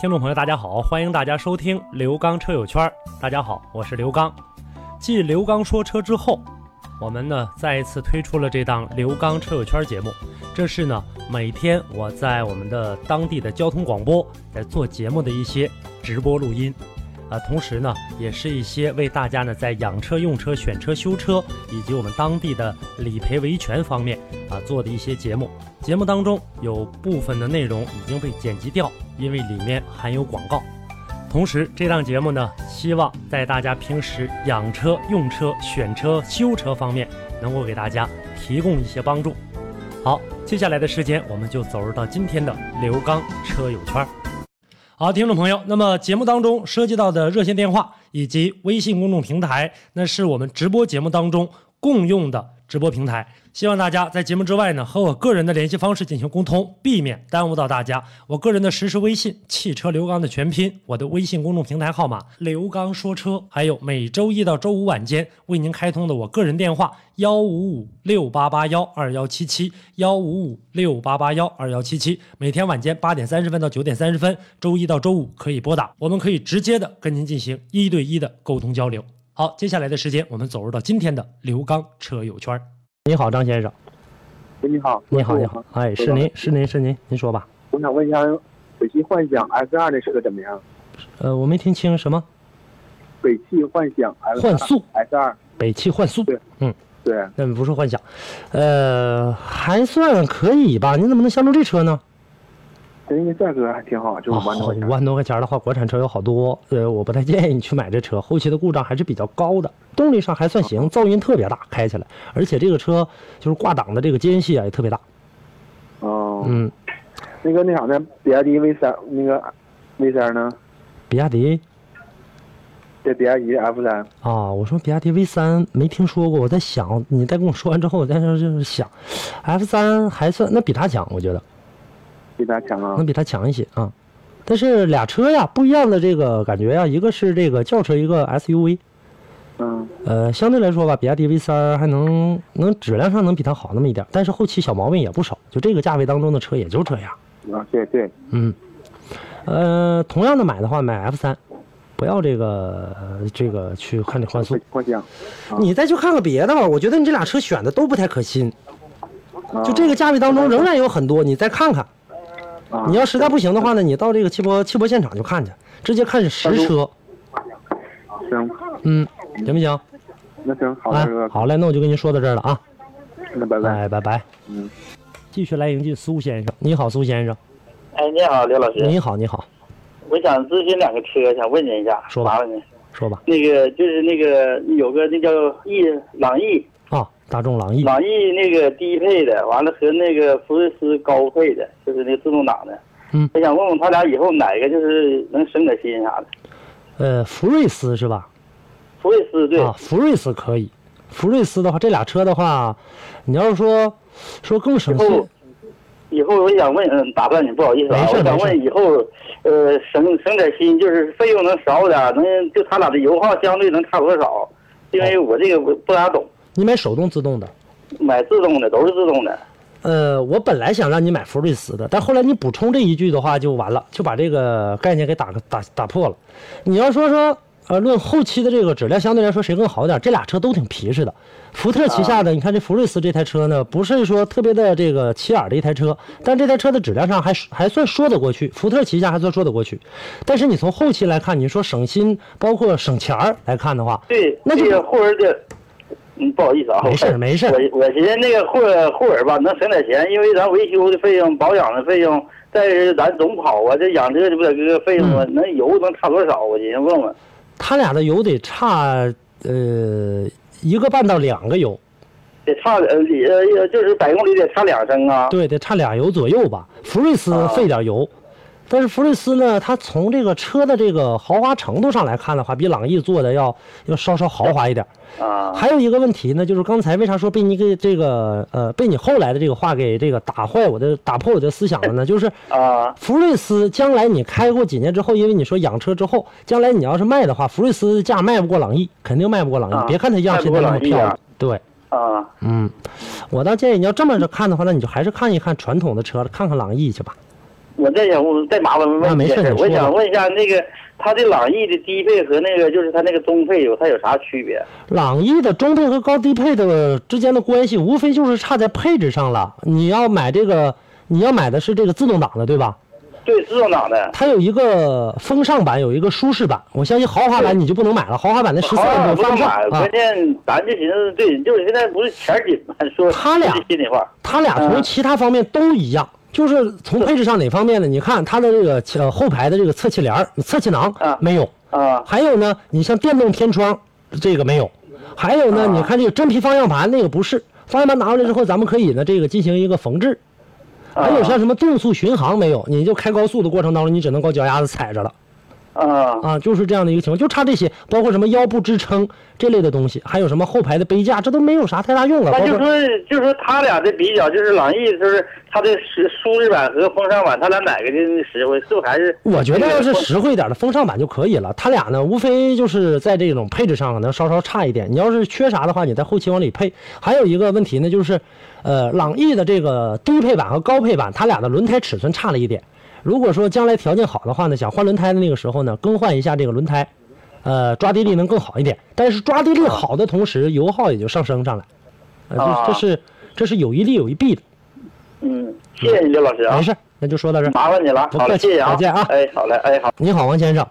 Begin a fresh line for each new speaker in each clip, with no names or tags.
听众朋友，大家好，欢迎大家收听刘刚车友圈儿。大家好，我是刘刚。继刘刚说车之后，我们呢再一次推出了这档刘刚车友圈节目。这是呢每天我在我们的当地的交通广播在做节目的一些直播录音，啊，同时呢也是一些为大家呢在养车、用车、选车、修车以及我们当地的理赔维权方面啊做的一些节目。节目当中有部分的内容已经被剪辑掉，因为里面含有广告。同时，这档节目呢，希望在大家平时养车、用车、选车、修车方面，能够给大家提供一些帮助。好，接下来的时间，我们就走入到今天的刘刚车友圈儿。好，听众朋友，那么节目当中涉及到的热线电话以及微信公众平台，那是我们直播节目当中共用的直播平台。希望大家在节目之外呢，和我个人的联系方式进行沟通，避免耽误到大家。我个人的实时微信“汽车刘刚”的全拼，我的微信公众平台号码“刘刚说车”，还有每周一到周五晚间为您开通的我个人电话幺五五六八八幺二幺七七幺五五六八八幺二幺七七，每天晚间八点三十分到九点三十分，周一到周五可以拨打，我们可以直接的跟您进行一对一的沟通交流。好，接下来的时间我们走入到今天的刘刚车友圈儿。你好，张先生。
喂，你好，
你好，
我
你
是
好
我，
哎，是您，是您，是您，您说吧。
我想问一下，北汽幻想 S 二那车怎么样？
呃，我没听清什么
北汽幻想 S
换速，
S 二，
北汽幻速，
对
嗯，
对，
那不是幻想，呃，还算可以吧？您怎么能相中这车呢？
因为价格还挺好，就
哦，
是完多
五万多块钱的话，国产车有好多，呃，我不太建议你去买这车， 后期的故障还是比较高的。动力上还算行，噪音特别大，开起来，而且这个车就是挂档的这个间隙啊也特别大。
哦，
嗯，
那个那啥呢？比亚迪 V 三那个 V 三呢？
比亚迪
对，比亚迪的 F 三，
啊，我说比亚迪 V 三没听说过，我在想，你再跟我说完之后，我再就是想，F 三还算那比它强，我觉得
比它强啊
能？比它强一些啊。但是俩车呀不一样的这个感觉呀，一个是这个轿车，一个 SUV。
嗯，
呃，相对来说吧，比亚迪 V 三还能能质量上能比它好那么一点儿，但是后期小毛病也不少。就这个价位当中的车也就这样。
啊，对对，
嗯，呃，同样的买的话，买 F 三，不要这个这个去看这换速
幻。幻想，啊
你再去看看别的吧，我觉得你这俩车选的都不太可信。
啊
就这个价位当中，仍然有很多，你再看看。
啊
你要实在不行的话呢，你到这个汽博汽博现场去看去，直接看实车，
行，
嗯，行不行？
那行，好
啊
的，哥，，
好嘞，那我就跟您说到这儿了啊，
那拜拜。
哎，拜拜。
嗯，
继续来迎接苏先生，你好，苏先生，
哎，你好，刘老师，
你好，你好，
我想咨询两个车，想问您一下，
说吧
麻烦您。
说吧。
那个就是那个有个那叫逸朗逸，
啊，大众朗逸，
朗逸那个低配的，完了和那个福克斯高配的，就是那个自动挡的。
嗯
我想问问他俩以后哪个就是能省点心啥的？
呃，福睿斯是吧？
福克斯对，
啊，福睿斯可以。福睿斯的话，这俩车的话，你要是说说更省
以
哦
心
后，以后我想问，嗯，打断你，不好意思啊
没，事
我想
没
问以后，呃，省省点心，就是费用能少点儿，能就他俩的油耗相对能差多少？因
哦
为我这个不不咋懂，
你买手动自动的。
买自动的都是自动的。
呃，我本来想让你买福睿斯的，但后来你补充这一句的话就完了，就把这个概念给打个打打破了。你要说说，呃，论后期的这个质量，相对来说谁更好点儿？这俩车都挺皮实的。福特旗下的，你看这福睿斯这台车呢，不是说特别的这个起眼儿的一台车，但这台车的质量上还是还算说得过去，福特旗下还算说得过去。但是你从后期来看，你说省心，包括省钱儿来看的话，
对，
那就
这个霍尔的，嗯，不好意思啊，
没事儿没事儿
我我寻思那个霍尔霍尔吧，能省点钱，因为咱维修的费用、保养的费用，再是咱总跑啊，这养车的不得这个费用啊，
嗯
能油能差多少？我寻思问问。
它俩的油得差呃一个半到两个油，
得差呃里呃就是百公里得差两升啊。
对，得差俩油左右吧。福睿斯费点油，但是福睿斯呢，它从这个车的这个豪华程度上来看的话，比朗逸做的要要稍稍豪华一点。
啊，
还有一个问题呢，就是刚才为啥说被你给这个呃被你后来的这个话给这个打坏我的打破我的思想了呢？就是
啊
福睿斯将来你开过几年之后，因为你说养车之后，将来你要是卖的话，福睿斯的价卖不过朗逸，肯定卖不过朗逸。
啊
别看它样式那
卖
么
不过
漂
朗逸啊
亮，对。
啊，
嗯，我倒建议你要这么着看的话，那你就还是看一看传统的车，看看朗逸去吧。
我再想问再麻烦问
啊
问
没
一
事
件事，
你说
我想
吧
问一下那个它的朗逸的低配和那个就是它那个中配有它有啥区别？
朗逸的中配和高低配的之间的关系，无非就是差在配置上了。你要买这个，你要买的是这个自动挡的，对吧？
对，自动挡的。
它有一个风尚版，有一个舒适版。我相信豪华版你就不能买了，豪华版的十四
好
万
像
多
不能
发不上
买，
啊
关。键咱就寻思，对，就是现在不是钱紧嘛，说
他俩
说句心里话，
它俩从其他方面都一样，就是从配置上哪方面呢？你看它的这个呃后排的这个侧气帘儿、侧气囊
啊
没有，
啊
还有呢，你像电动天窗，这个没有；还有
啊
呢，你看这个真皮方向盘那个不是，方向盘拿回来之后，咱们可以呢这个进行一个缝制。
啊
还有像什么定速巡航没有？你就开高速的过程当中，你只能高脚丫子踩着了
啊
啊，就是这样的一个情况，就差这些，包括什么腰部支撑这类的东西，还有什么后排的杯架，这都没有啥太大用了。
那
包
就
括
说，就说他俩的比较，就是朗逸，就是它的实舒适版和风尚版，他俩哪个的实惠？是不是还是？
我觉得要是实惠一点的风尚版就可以了，它俩呢无非就是在这种配置上可能稍稍差一点。你要是缺啥的话，你在后期往里配。还有一个问题呢，就是，呃，朗逸的这个低配版和高配版，它俩的轮胎尺寸差了一点。如果说将来条件好的话呢，想换轮胎的那个时候呢，更换一下这个轮胎，呃，抓地力能更好一点。但是抓地
啊
力好的同时，油耗也就上升上来，呃，这这是这是有一利有一弊的。
嗯，谢谢你刘老师啊
没，事，那就说到这儿。
麻烦你了，
不
好
客
了，
气
谢谢啊，
再见啊
哎，好嘞，哎，好，
你好，王先生，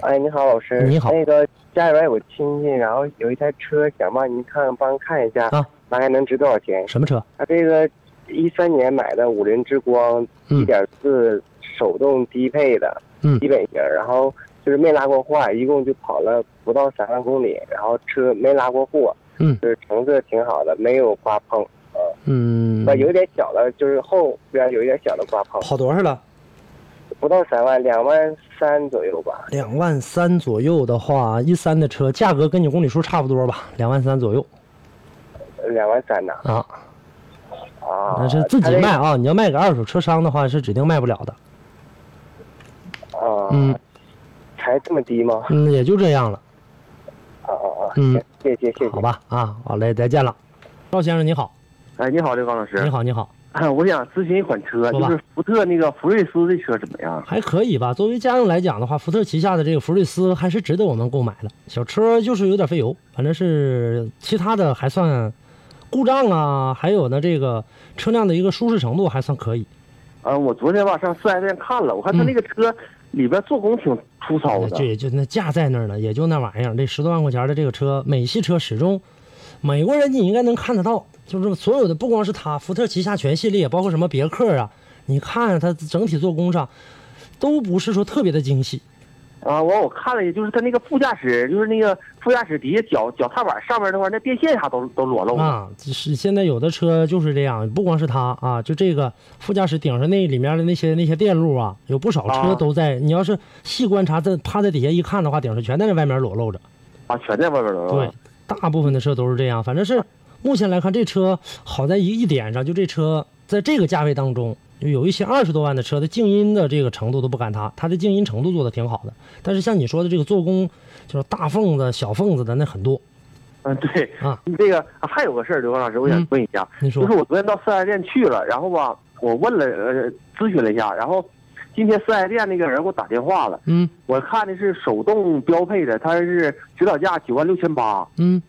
哎，你好，老师。
你好
那个家里边有个亲戚，然后有一台车，想帮您看，帮看一下，
啊
大概能值多少钱？
什么车？
他这个一三年买的五菱之光，
嗯
一点四手动低配的，
嗯
基本型，然后就是没拉过货，一共就跑了不到三万公里，然后车没拉过货，
嗯
就是成色挺好的，没有刮碰，
嗯
那、，有点小的，就是后边有一点小的刮碰，
跑多少了？
不到三万，两万三左右吧。
两万三左右的话，一三的车价格跟你公里数差不多吧，两万三左右
两万三呐，
啊。
啊，
那是自
他
己
这
卖啊，你要卖给二手车商的话，是指定卖不了的。
啊，
嗯
才这么低吗？
嗯，也就这样了，
啊啊啊！
嗯
行，谢谢谢谢
好。吧啊，好嘞，再见了。赵先生你好，
哎，你好，刘刚老师。
你好，你好，
啊，我想咨询一款车，
说吧
就是福特那个福睿斯这车怎么样？
还可以吧？作为家用来讲的话，福特旗下的这个福睿斯还是值得我们购买的。小车就是有点费油，反正是其他的还算，故障啊，还有呢这个车辆的一个舒适程度还算可以。
啊，我昨天吧上四 S 店看了，我看他
嗯
那个车里边做工挺粗糙
那
的
这。也就那价在那儿呢，也就那玩意儿。这十多万块钱的这个车，美系车始终，美国人你应该能看得到，就是所有的不光是它，福特旗下全系列，包括什么别克啊，你看它整体做工上，都不是说特别的精细。
啊，完我看了一下，就是他那个副驾驶，就是那个副驾驶底下脚脚踏板上面的话，那电线啥都都裸露了。
啊，就是现在有的车就是这样，不光是它啊，就这个副驾驶顶上那里面的那些那些电路啊，有不少车
啊
都在。你要是细观察，在趴在底下一看的话，顶上全在那外面裸露着。
啊，全在外边裸露
对
了。，
大部分的车都是这样。反正是目前来看，这车好在一一点上，就这车在这个价位当中，就有一些二十多万的车的静音的这个程度都不赶它，它的静音程度做的挺好的。但是像你说的这个做工，就是大缝子、小缝子的那很多。
嗯，对。
啊，
这个、啊还有个事儿，刘刚老师，我想
嗯
问一下，
你说
就是我昨天到四 S 店去了，然后吧，我问了呃咨询了一下，然后今天四 S 店那个人给我打电话了。
嗯
我看的是手动标配的，它是指导价九万六千八，
嗯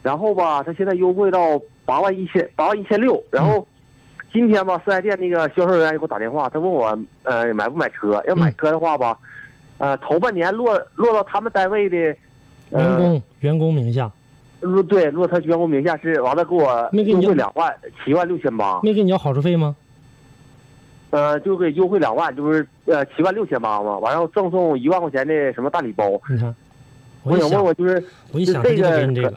然后吧，它现在优惠到八万一千八万一千六，然后今天吧，四 S 店那个销售人员又给我打电话，他问我呃买不买车，要买车的话吧，呃头半年落落到他们单位的，
员
呃
工员工名下
落对落他员工名下是完了给我
没给
优
你
惠两万七万六千八，
没给你要好处费吗？
呃就给优惠两万，就是呃七万六千八嘛，完后赠送一万块钱的什么大礼包，
你看，
我
一
想问
想，
问就是
我一
就
想，他
这
就得
个
给你这
可
个。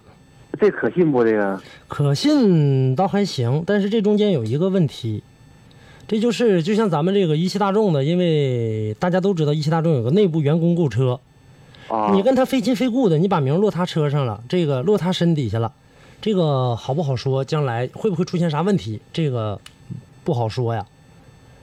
这可信不？这个
可信倒还行，但是这中间有一个问题，这就是就像咱们这个一汽大众的，因为大家都知道一汽大众有个内部员工购车，
啊，
你跟他非亲非故的，你把名落他车上了，这个落他身底下了，这个好不好说？将来会不会出现啥问题？这个不好说呀。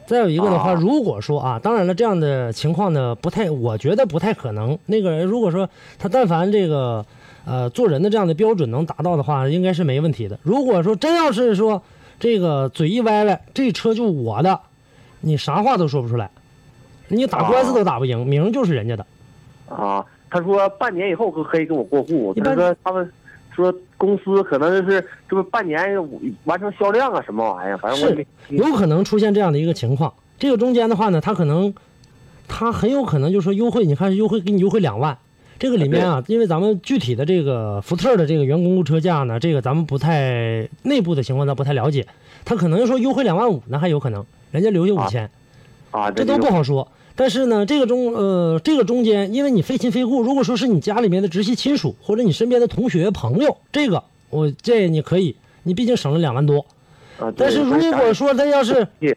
再有一个的话，
啊
如果说啊，当然了，这样的情况呢，不太，我觉得不太可能。那个人如果说他但凡这个呃做人的这样的标准能达到的话，应该是没问题的。如果说真要是说这个嘴一歪歪，这车就我的，你啥话都说不出来，你打官司都打不赢，名儿就是人家的。
啊，他说半年以后可可以跟我过户，
一般
他说他们说公司可能是这不半年完成销量啊什么玩意儿，反正我也没
是有可能出现这样的一个情况。这个中间的话呢，他可能，他很有可能就说优惠，你看优惠给你优惠两万，这个里面啊，因为咱们具体的这个福特的这个员工购车价呢，这个咱们不太内部的情况咱不太了解，他可能说优惠两万五，那还有可能，人家留下五千，
啊，
这都
就
不好说。但是呢，这个中呃，这个中间，因为你非亲非故，如果说是你家里面的直系亲属或者你身边的同学朋友，这个我建议你可以，你毕竟省了两万多。
啊。
但是如果说他要是
对，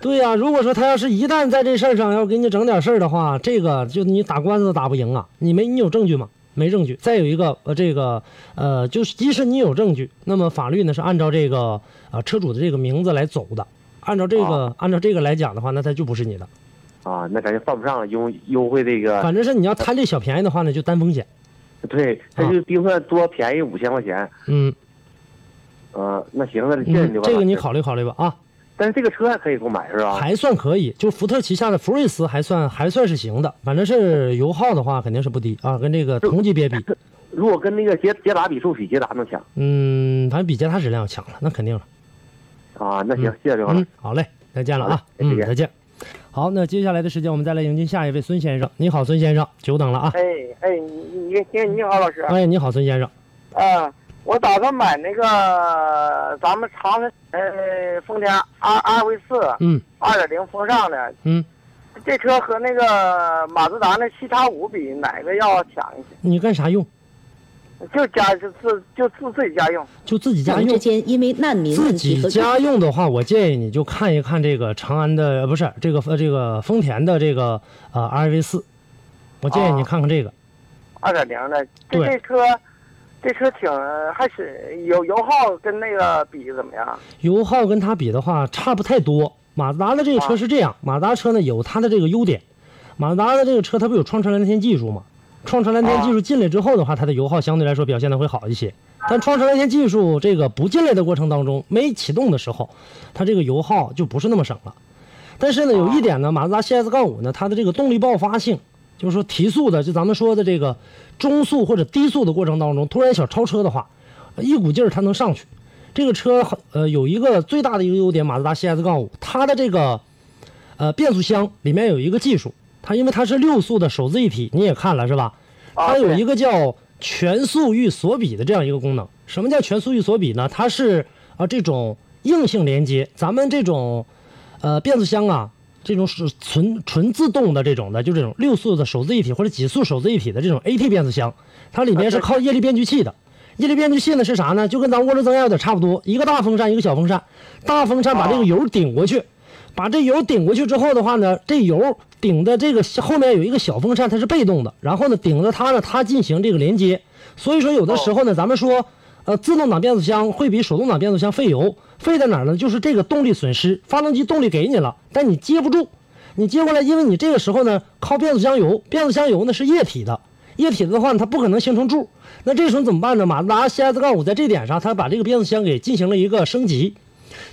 对呀、如果说他要是一旦在这事儿上要给你整点事儿的话，这个就你打官司都打不赢啊！你没你有证据吗？没证据。再有一个，呃，这个，呃，就是即使你有证据，那么法律呢是按照这个呃车主的这个名字来走的，按照这个、按照这个来讲的话，那他就不是你的。
啊，那咱就犯不上优优惠这个，
反正是你要贪这小便宜的话呢，就担风险。
对，他
啊
就冰算多便宜五千块钱。
嗯，
嗯，那行，那这
嗯
你吧。
这个你，考虑考虑吧啊，
但是这个车还可以购买是吧？
还算可以，就福特旗下的福睿斯还算还算是行的，反正是油耗的话肯定是不低啊，跟这个同级别比。
如果跟那个捷捷达比寿比，捷达能强
嗯，反正比捷达质量要强了，那肯定了。
啊？那行，谢谢刘老师
嗯。，好嘞，再见了啊
好，
嗯，
嘞再见
再见。好，那接下来的时间我们再来迎接下一位孙先生。你好，孙先生，久等了啊。
哎哎，你你你你好，老师。
哎，你好，孙先生。
啊，我打算买那个咱们长城呃丰田 R R V 四
嗯
二点零风尚的，
嗯，
这车和那个马自达那七叉五比，哪个要强一些？
你干啥用？
就家就自就自自己家用。
就自己
我
家
们之
用。
间因为难民
自
问题
己
和
家用的话，我建议你就看一看这个长安的，呃不是这个呃这个丰田的这个呃 RV 四，我建
哦
议你
啊
看看这个。
二点零的，这
对
这车，这车挺还是油油耗跟那个比怎么样？
油耗跟它比的话差不太多。马自达的这个车是这样，马自达车呢有它的这个优点，马自达的这个车它不有创驰蓝天技术吗？创驰蓝天技术进来之后的话，它的油耗相对来说表现的会好一些。但创驰蓝天技术这个不进来的过程当中，没启动的时候，它这个油耗就不是那么省了。但是呢，有一点呢，马自达 CS 杠五呢，它的这个动力爆发性，就是说提速的，就咱们说的这个中速或者低速的过程当中，突然想超车的话，呃一股劲儿它能上去。这个车呃有一个最大的一个优点，马自达 CS 杠五，它的这个呃变速箱里面有一个技术，它因为它是六速的手自一体，你也看了是吧？它有一个叫全速域锁比的这样一个功能。什么叫全速域锁比呢？它是啊、这种硬性连接，咱们这种呃变速箱啊，这种是纯纯自动的这种的，就这种六速的手自一体或者几速手自一体的这种 AT 变速箱，它里面是靠液力变矩器的。液力变矩器呢是啥呢？就跟咱涡轮增压有点差不多，一个大风扇，一个小风扇。大风扇把这个油顶过去，把这油顶过去之后的话呢，这油顶的这个后面有一个小风扇，它是被动的，然后呢顶着它呢，它进行这个连接。所以说有的时候呢，咱们说，呃，自动挡变速箱会比手动挡变速箱费油，费在哪儿呢？就是这个动力损失，发动机动力给你了，但你接不住，你接过来，因为你这个时候呢靠变速箱油，变速箱油呢是液体的。液体的话呢，它不可能形成柱，那这时候怎么办呢？马自达 CS 杠五在这点上，它把这个变速箱给进行了一个升级，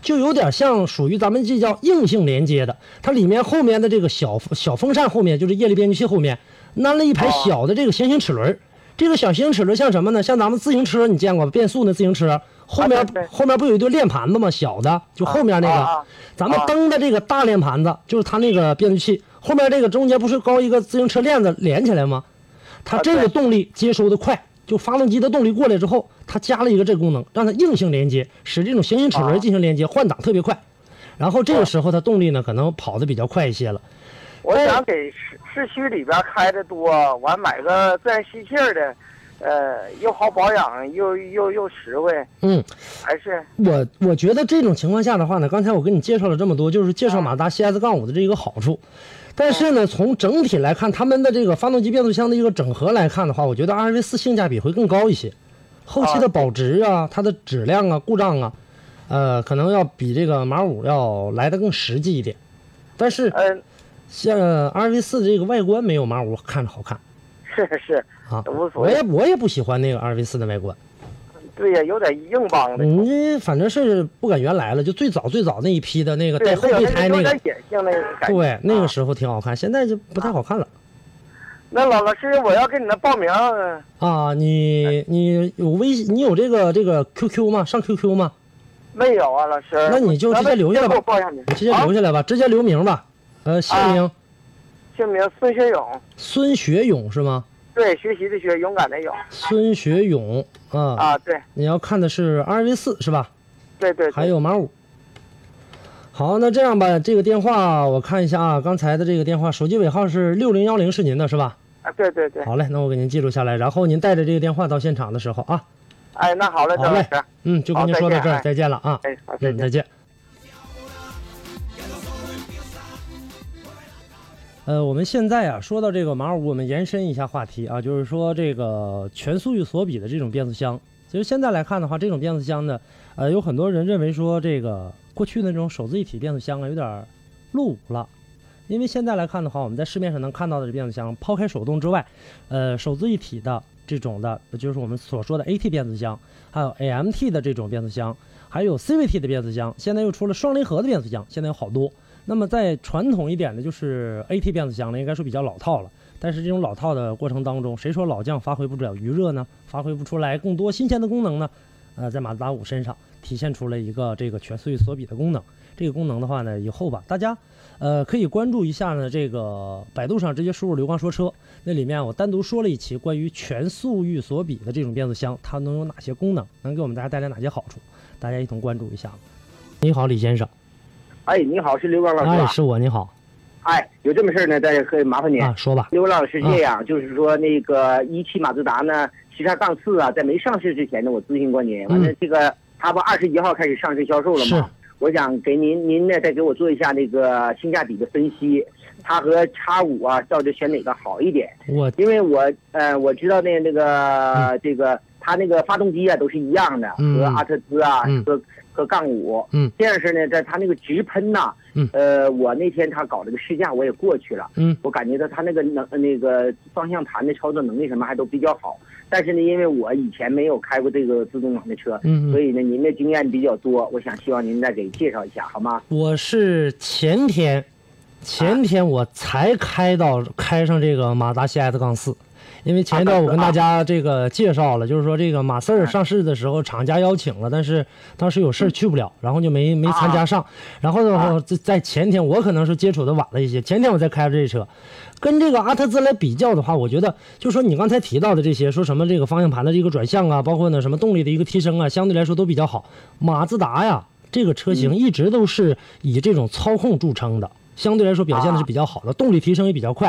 就有点像属于咱们这叫硬性连接的，它里面后面的这个小小风扇后面就是液力变矩器后面安了一
哦
排小的这个行星齿轮儿，这个小行星齿轮像什么呢？像咱们自行车你见过吧？变速那自行车后面、
啊对对
后面不有一对练盘子吗？小的就后面那个，
啊啊
咱们蹬的这个大练盘子就是它那个变矩器后面这个中间不是高一个自行车链子连起来吗？它这个动力接收的快，就发动机的动力过来之后，它加了一个这功能，让它硬性连接，使这种行星齿轮进行连接，换挡特别快。然后这个时候它动力呢，可能跑得比较快一些了。
我想给市市区里边开的多，完买个自然吸气儿的，呃，又好保养，又又又实惠，
嗯，
还是
我我觉得这种情况下的话呢，刚才我跟你介绍了这么多，就是介绍马自达 CS 杠五的这一个好处。但是呢，从整体来看，他们的这个发动机、变速箱的一个整合来看的话，我觉得 RV 四性价比会更高一些，后期的保值啊、它的质量啊、故障啊，呃，可能要比这个马五要来的更实际一点。但是
嗯、
像 RV 四这个外观没有马五看着好看
是是
啊，
无所
我
谓
也我也不喜欢那个 RV 四的外观。
对呀，有点硬邦的，
你这嗯反正是不敢原来了，就最早最早那一批的那个
对，
带后备胎
有
那个
点，野性那个感觉。
对，那个
啊
时候挺好看，现在就不太好看了
那老老师，我要跟你那报名，呃
啊！
哎
你你有微信，你有这个这个 QQ 吗？上 QQ 吗？
没有啊，老师。
那你就直接留下来
咱们先给
吧
我报一下名
你直接留
啊
下来吧，直接留名吧。呃，姓名、
姓名孙学勇，
孙学勇是吗？
对，学习的学，勇敢的勇
孙学勇啊，
啊，对
你要看的是 RV 四是吧？
对对。对
还有马五。好，那这样吧，这个电话我看一下啊，刚才的这个电话手机尾号是六零幺零，是您的是吧？
啊，对对对，
好嘞，那我给您记录下来，然后您带着这个电话到现场的时候啊，
哎，那好了，郑
好
老
嘞
师，，
嗯，就跟您
好
说到这儿，
再见哎
再见了啊，
哎，好，再见
嗯，再。见。呃，我们现在啊，说到这个马五，我们延伸一下话题啊，就是说这个全速域所比的这种变速箱，其实现在来看的话，这种变速箱呢，呃，有很多人认为说这个过去的那种手自一体变速箱啊，有点儿落伍了。因为现在来看的话，我们在市面上能看到的变速箱，抛开手动之外，呃，手自一体的这种的，就是我们所说的 AT 变速箱，还有 AMT 的这种变速箱，还有 CVT 的变速箱，现在又出了双离合的变速箱，现在有好多。那么在传统一点的，就是 AT 变速箱呢，应该说比较老套了。但是这种老套的过程当中，谁说老将发挥不了余热呢？发挥不出来更多新鲜的功能呢？呃，在马自达五身上体现出了一个这个全速域锁比的功能。这个功能的话呢，以后吧，大家呃可以关注一下呢，这个百度上直接输入“刘刚说车”，那里面我单独说了一期关于全速域锁比的这种变速箱，它能有哪些功能，能给我们大家带来哪些好处，大家一同关注一下。你好，李先生。
哎，你好，是刘刚老师
哎，
吧？
是我，你好
哎，有这么事儿呢，再可以麻烦您。
啊，说吧。
刘老师是这
嗯
样，就是说那个一汽马自达呢，旗下杠四啊，在没上市之前呢，我咨询过您，完了这个它不二十一号开始上市销售了
嗯是
吗？我想给您您呢再给我做一下那个性价比的分析，它和叉五啊到底选哪个好一点？
我
因为我呃我知道那那个、这个它那个发动机啊都是一样的，
嗯
和阿特兹啊、
嗯
和和杠五。
嗯，
这样式呢，在它那个直喷呐、
嗯
呃，我那天他搞这个试驾，我也过去了。
嗯，
我感觉到他那个能那个方向盘的操作能力什么还都比较好，但是呢，因为我以前没有开过这个自动挡的车，
嗯
所
嗯，
以呢，您的经验比较多，我想希望您再给介绍一下好吗？
我是前天，前天我才开到开上这个马达 CS 杠四。因为前一段我跟大家这个介绍了，就是说这个马四
嗯
儿上市的时候，厂家邀请了，但是当时有事儿去不了，然后就没没参
啊
加上。然后呢，在在前天我可能是接触的晚了一些，前天我才开着这车，跟这个阿特兹来比较的话，我觉得就说你刚才提到的这些，说什么这个方向盘的这个转向啊，包括呢什么动力的一个提升啊，相对来说都比较好。马自达呀，这个车型一直都是以这种操控著称的，相对来说表现的是比较好的，动力提升也比较快。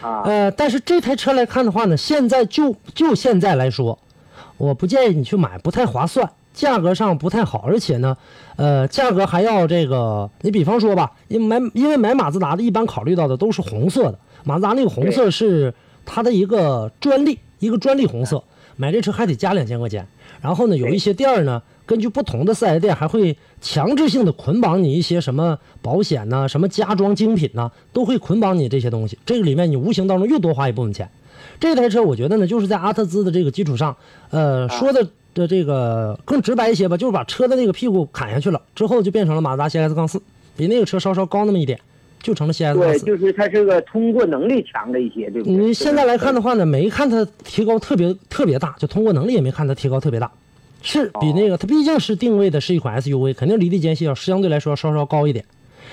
啊，
呃，但是这台车来看的话呢，现在就就现在来说，我不建议你去买，不太划算，价格上不太好，而且呢，呃，价格还要这个，你比方说吧，因为买因为买马自达的，一般考虑到的都是红色的，马自达那个红色是它的一个专利，一个专利红色，买这车还得加两千块钱。然后呢，有一些店儿呢，根据不同的四 S 店还会强制性的捆绑你一些什么保险呐、什么家装精品呐、都会捆绑你这些东西。这个里面你无形当中又多花一部分钱。这台车我觉得呢，就是在阿特兹的这个基础上，呃，说的的这个更直白一些吧，就是把车的那个屁股砍下去了，之后就变成了马自达 CS 杠四，比那个车稍稍高那么一点，就成了 CS 杠
对，
四。
就是它这个通过能力强了一些，对不对？
你现在来看的话呢，没看它提高特别特别大，就通过能力也没看它提高特别大，是比那个它毕竟是定位的是一款 SUV，肯定离地间隙要相对来说要稍稍高一点。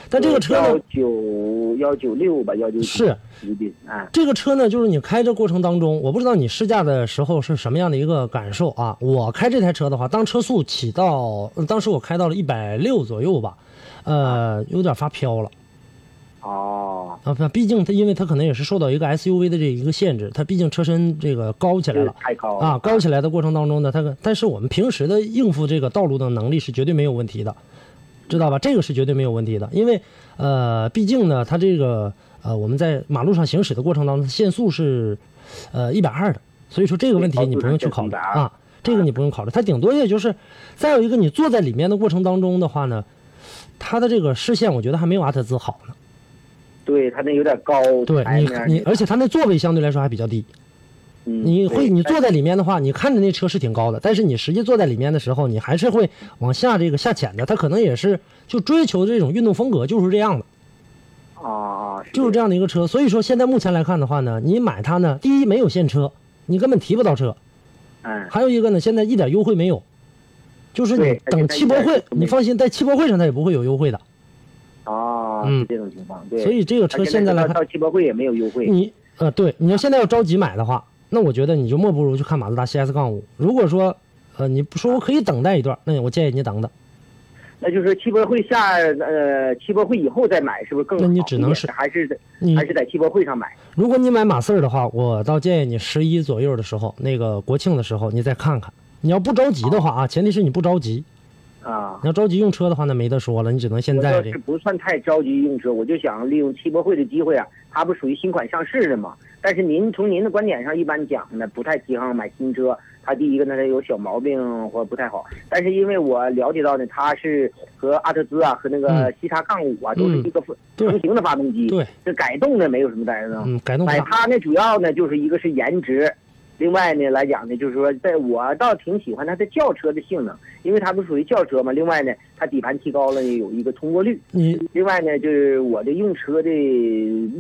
但这个车
幺
呢，
九幺九六吧，幺九
是
一定啊，
这个车呢，就是你开这过程当中，我不知道你试驾的时候是什么样的一个感受啊。我开这台车的话，当车速起到，呃当时我开到了一百六左右吧，呃，有点发飘了。
哦，
啊，不毕竟它因为它可能也是受到一个 SUV 的这一个限制，它毕竟车身这个高起来了，
太高
啊，高起来的过程当中呢，它可但是我们平时的应付这个道路的能力是绝对没有问题的，知道吧？这个是绝对没有问题的，因为呃，毕竟呢，它这个呃我们在马路上行驶的过程当中，限速是呃一百二的，所以说这个问题你不用去考虑啊，这个你不用考虑，它顶多也就是再有一个你坐在里面的过程当中的话呢，它的这个视线我觉得还没有阿特兹好呢。
对，它那有点高，
对
台面儿
你，你而且它那座位相对来说还比较低。
嗯
你会
对
你
但
坐在里面的话，你看着那车是挺高的，但是你实际坐在里面的时候，你还是会往下这个下潜的。它可能也是就追求这种运动风格，就是这样的，
啊，
就是这样的一个车。所以说现在目前来看的话呢，你买它呢，第一没有现车，你根本提不到车；
嗯，
还有一个呢，现在一点优惠没有，就是你
对而且
等
它
汽
一
博
点优
会
惠，没
你
有
放心，在汽博会上它也不会有优惠的。
啊，
嗯
是这种情况，对。
所以这个车
而且
现在来
到
看
到汽博会也没有优惠，
你呃，对，你
啊
要现在要着急买的话，那我觉得你就莫不如去看马自达 CS 杠五。如果说呃你不说我可以等待一段，那我建议你等等。
那就是汽博会下呃汽博会以后再买，是不是更好
那
一点？
你只能是
还是得
你
还是在汽博会上买
如果你买马四儿的话，我倒建议你十一左右的时候，那个国庆的时候你再看看。你要不着急的话啊，前提是你不着急。
啊？
你要着急用车的话，那没得说了，你只能现
我
在
倒
这
是
个。
不算太着急用车，我就想利用汽博会的机会啊，它不属于新款上市的嘛。但是您从您的观点上，一般讲呢，不太提倡买新车。它第一个呢，它有小毛病或者不太好。但是因为我了解到呢，它是和阿特兹啊和那个
嗯
西叉杠五啊、都是一个
对
成型的发动机，
对，
这改动呢没有什么担忧。
嗯，改动不
买
大。
它呢，主要呢就是一个是颜值，另外呢来讲呢，就是说，在我倒挺喜欢它的轿车的性能，因为它不属于轿车嘛。另外呢，它底盘提高了呢，有一个通过率。
你
另外呢，就是我的用车的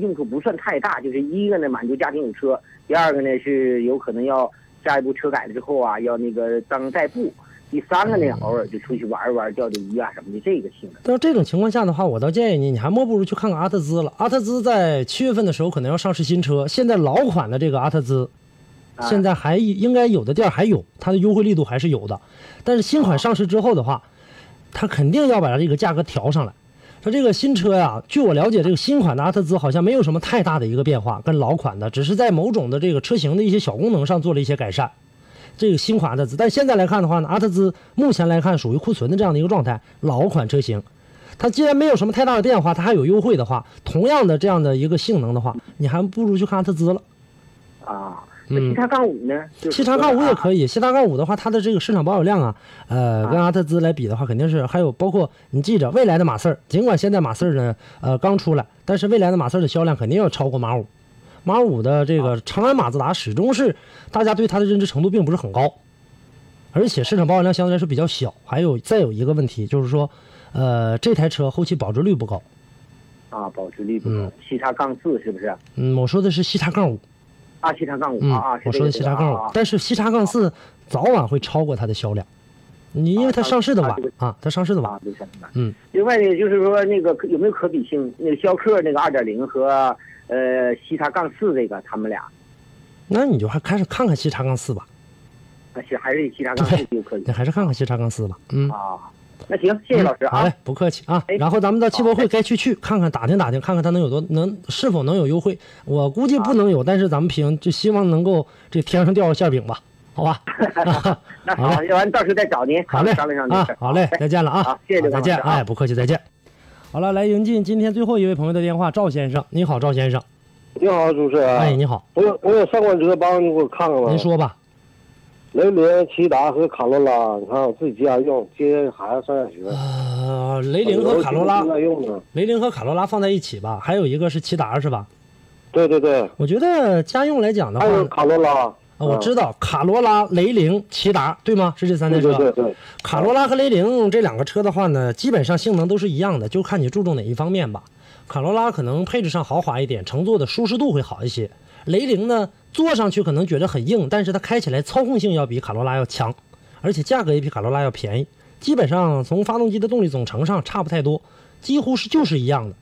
用处不算太大，就是一个呢满足家庭有车，第二个呢是有可能要下一步车改了之后啊，要那个当代步。第三个呢，
嗯
偶尔就出去玩一玩，钓钓鱼啊什么的，这个性能。
到这种情况下的话，我倒建议你，你还莫不如去看看阿特兹了。阿特兹在七月份的时候可能要上市新车，现在老款的这个阿特兹，
啊
现在还应该有的店儿还有，它的优惠力度还是有的。但是新款上市之后的话，它肯定要把这个价格调上来。它这个新车呀、据我了解，这个新款的阿特兹好像没有什么太大的一个变化，跟老款的只是在某种的这个车型的一些小功能上做了一些改善。这个新款阿特兹，但现在来看的话呢，阿特兹目前来看属于库存的这样的一个状态，老款车型。它既然没有什么太大的变化，它还有优惠的话，同样的这样的一个性能的话，你还不如去看阿特兹了。
啊，那
嗯
七叉杠五呢？就是
西
啊
叉杠五也可
以
以，西叉杠五的话，它的这个市场保有量啊，呃，跟阿特兹来比的话，肯定是还有包括你记着，未来的马四儿，尽管现在马四儿呢，呃，刚出来，但是未来的马四儿的销量肯定要超过马五。马五的这
啊
个长安马自达始终是大家对它的认知程度并不是很高，而且市场保有量相对来说比较小。还有再有一个问题就是说，呃，这台车后期保值率不高。
啊，保值率不
嗯
高。七叉杠四是不是？
嗯，我说的是西叉杠五，
啊，西叉杠五
嗯，
啊啊，
我说的西叉杠五，但是西叉杠四早晚会超过它的销量，你因为它上市的晚啊，它上市的晚
啊，，对相反。
嗯，
另外呢，就是说那个有没有可比性？那个逍客那个二点零和呃西叉杠四这个，他们俩
那你就还开始看看西叉杠四吧，
还是还是西叉杠四就可以
你还是看看西叉杠四吧，嗯，
啊。那行，谢谢老师
好
啊
嘞。，不客气啊
哎，
然后咱们到汽博会该去去看看，打听打听，看看它能有多能是否能有优惠，我估
啊
计不能有，但是咱们凭就希望能够这天上掉个馅饼吧，好吧，
那
好嘞
啊
好，要完到时候再找您，
好嘞，
商量商量
啊
这事儿。，
好嘞，再见了啊，
好谢谢
好
刘
再
刚
见，
老师啊
哎，不客气，再见。好了，来迎进今天最后一位朋友的电话，赵先生，你好，赵先生，
你好，主持人。啊
哎，你好，
我有我有三款车，帮你给我看看吧。
您说吧，
雷凌、骐达和卡罗拉，你看我自己家用，接孩子上下学。
呃，雷凌和卡罗
我
拉
自己，在用的。
雷凌和卡罗拉放在一起吧，还有一个是骐达是吧？
对对对，
我觉得家用来讲的话
还有
呢，
卡罗拉。
啊我知道卡罗拉、雷凌、骐达，对吗？是这三台
对
车。
对对对，
卡罗拉和雷凌这两个车的话呢，基本上性能都是一样的，就看你注重哪一方面吧。卡罗拉可能配置上豪华一点，乘坐的舒适度会好一些。雷凌呢，坐上去可能觉得很硬，但是它开起来操控性要比卡罗拉要强，而且价格也比卡罗拉要便宜。基本上从发动机的动力总成上差不太多，几乎是就是一样的。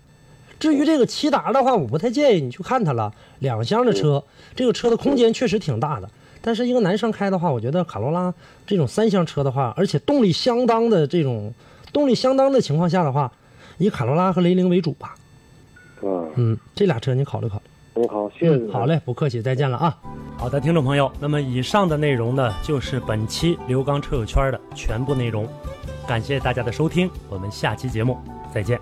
至于这个骐达的话，我不太建议你去看它了，两厢的车，
嗯
这个车的空间确实挺大的。但是一个男生开的话，我觉得卡罗拉这种三厢车的话，而且动力相当的这种动力相当的情况下的话，以卡罗拉和雷凌为主吧。
嗯，
嗯，这俩车你考虑考虑。
你好，谢谢。
嗯好嘞，不客气，再见了啊。
好的，听众朋友，那么以上的内容呢，就是本期刘刚车友圈的全部内容，感谢大家的收听，我们下期节目再见。